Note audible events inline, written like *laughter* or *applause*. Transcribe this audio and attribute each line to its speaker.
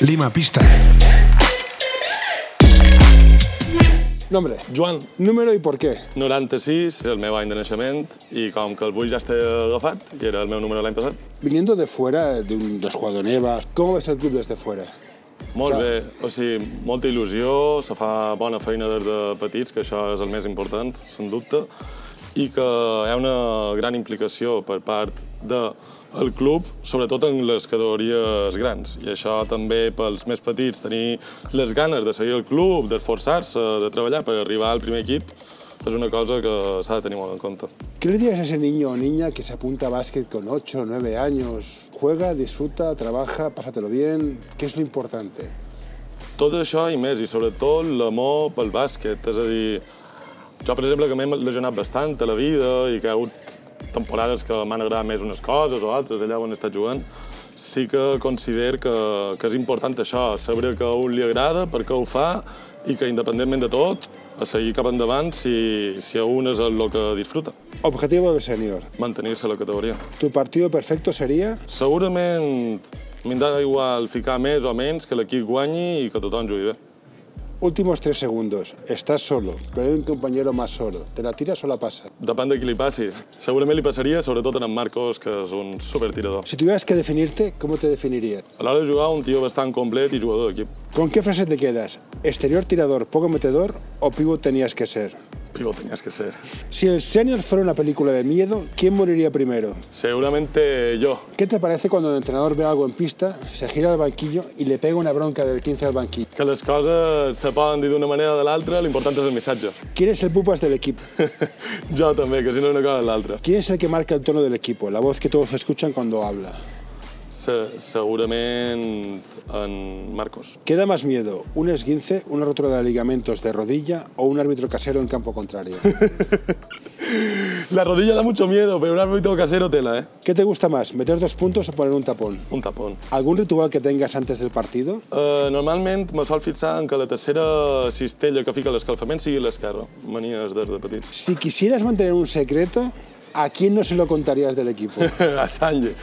Speaker 1: Última pista.
Speaker 2: Nombre,
Speaker 3: Joan,
Speaker 2: número i per què.
Speaker 3: 96, és el meu any de naixement, i com que el 8 ja està agafat, que era el meu número l'any passat,
Speaker 2: Viniendo de fuera, de un descuadro nevas, ¿cómo ves el club desde fuera?
Speaker 3: molt bé, o sigui, molta il·lusió, se fa bona feina des de petits, que això és el més important, sens dubte, i que hi ha una gran implicació per part del el club, sobretot en les categories grans. I això també pels més petits, tenir les ganes de seguir el club, d'esforçar-se, de treballar per arribar al primer equip, és una cosa que s'ha de tenir molt en compte.
Speaker 2: ¿Qué le dirías a ese niño o niña que se apunta a básquet con 8 o 9 años? Juega, disfruta, trabaja, pásatelo bien. ¿Qué es lo importante?
Speaker 3: Tot això i més, i sobretot l'amor pel bàsquet. És a dir, jo, per exemple, que m'he lesionat bastant a la vida i que hi ha hagut temporades que m'han agradat més unes coses o altres, allà on he estat jugant, sí que considero que, que és important això, saber que a un li agrada, per què ho fa, i que independentment de tot, a seguir cap endavant si, si a un és el que disfruta,
Speaker 2: Objetivo del senior.
Speaker 3: mantenir-se a la categoria.
Speaker 2: ¿Tu partido perfecto sería?
Speaker 3: Segurament m'indrà igual ficar més o menys que l'equip guanyi i que tothom jugui bé.
Speaker 2: Últimos tres segundos. Estás solo, pero hay un compañero más solo. ¿Te la tiras o la pasas?
Speaker 3: Depèn de qui li passi. Segurament li passaria, sobretot en en Marcos, que és un supertirador.
Speaker 2: Si tuvieras que definirte, ¿cómo te definirías?
Speaker 3: A l'hora de jugar, un tio bastant complet i jugador d'equip.
Speaker 2: ¿Con qué frase te quedas? ¿Exterior tirador, poco metedor o pívot tenías que ser?
Speaker 3: Pivot tenies que ser.
Speaker 2: Si el senior fuera una película de miedo, ¿quién moriría primero?
Speaker 3: Seguramente jo.
Speaker 2: ¿Qué te parece cuando el entrenador ve algo en pista, se gira al banquillo y le pega una bronca del 15 al banquillo?
Speaker 3: Que les coses se poden dir d'una manera o de l'altra, l'important és el missatge. *laughs*
Speaker 2: ¿Quién es el pupas del equipo?
Speaker 3: jo també, que si no, una cosa és l'altra.
Speaker 2: ¿Quién es el que marca el tono del equipo, la voz que todos escuchan cuando habla?
Speaker 3: Se segurament en Marcos.
Speaker 2: ¿Qué da más miedo, un esguince, una rotura de ligamentos de rodilla o un árbitro casero en campo contrario?
Speaker 3: La rodilla da mucho miedo, pero un árbitro casero tela, eh?
Speaker 2: ¿Qué te gusta más, meter dos puntos o poner un tapón?
Speaker 3: Un tapón.
Speaker 2: ¿Algún ritual que tengas antes del partido?
Speaker 3: Uh, normalment me sol fixar en que la tercera cistella que fica a l'escalfament sigui l'esquerra. Manies des de petits. 啊
Speaker 2: Si quisieras mantener un secreto, ¿a quién no se lo contarías del equipo?
Speaker 3: a Sanji.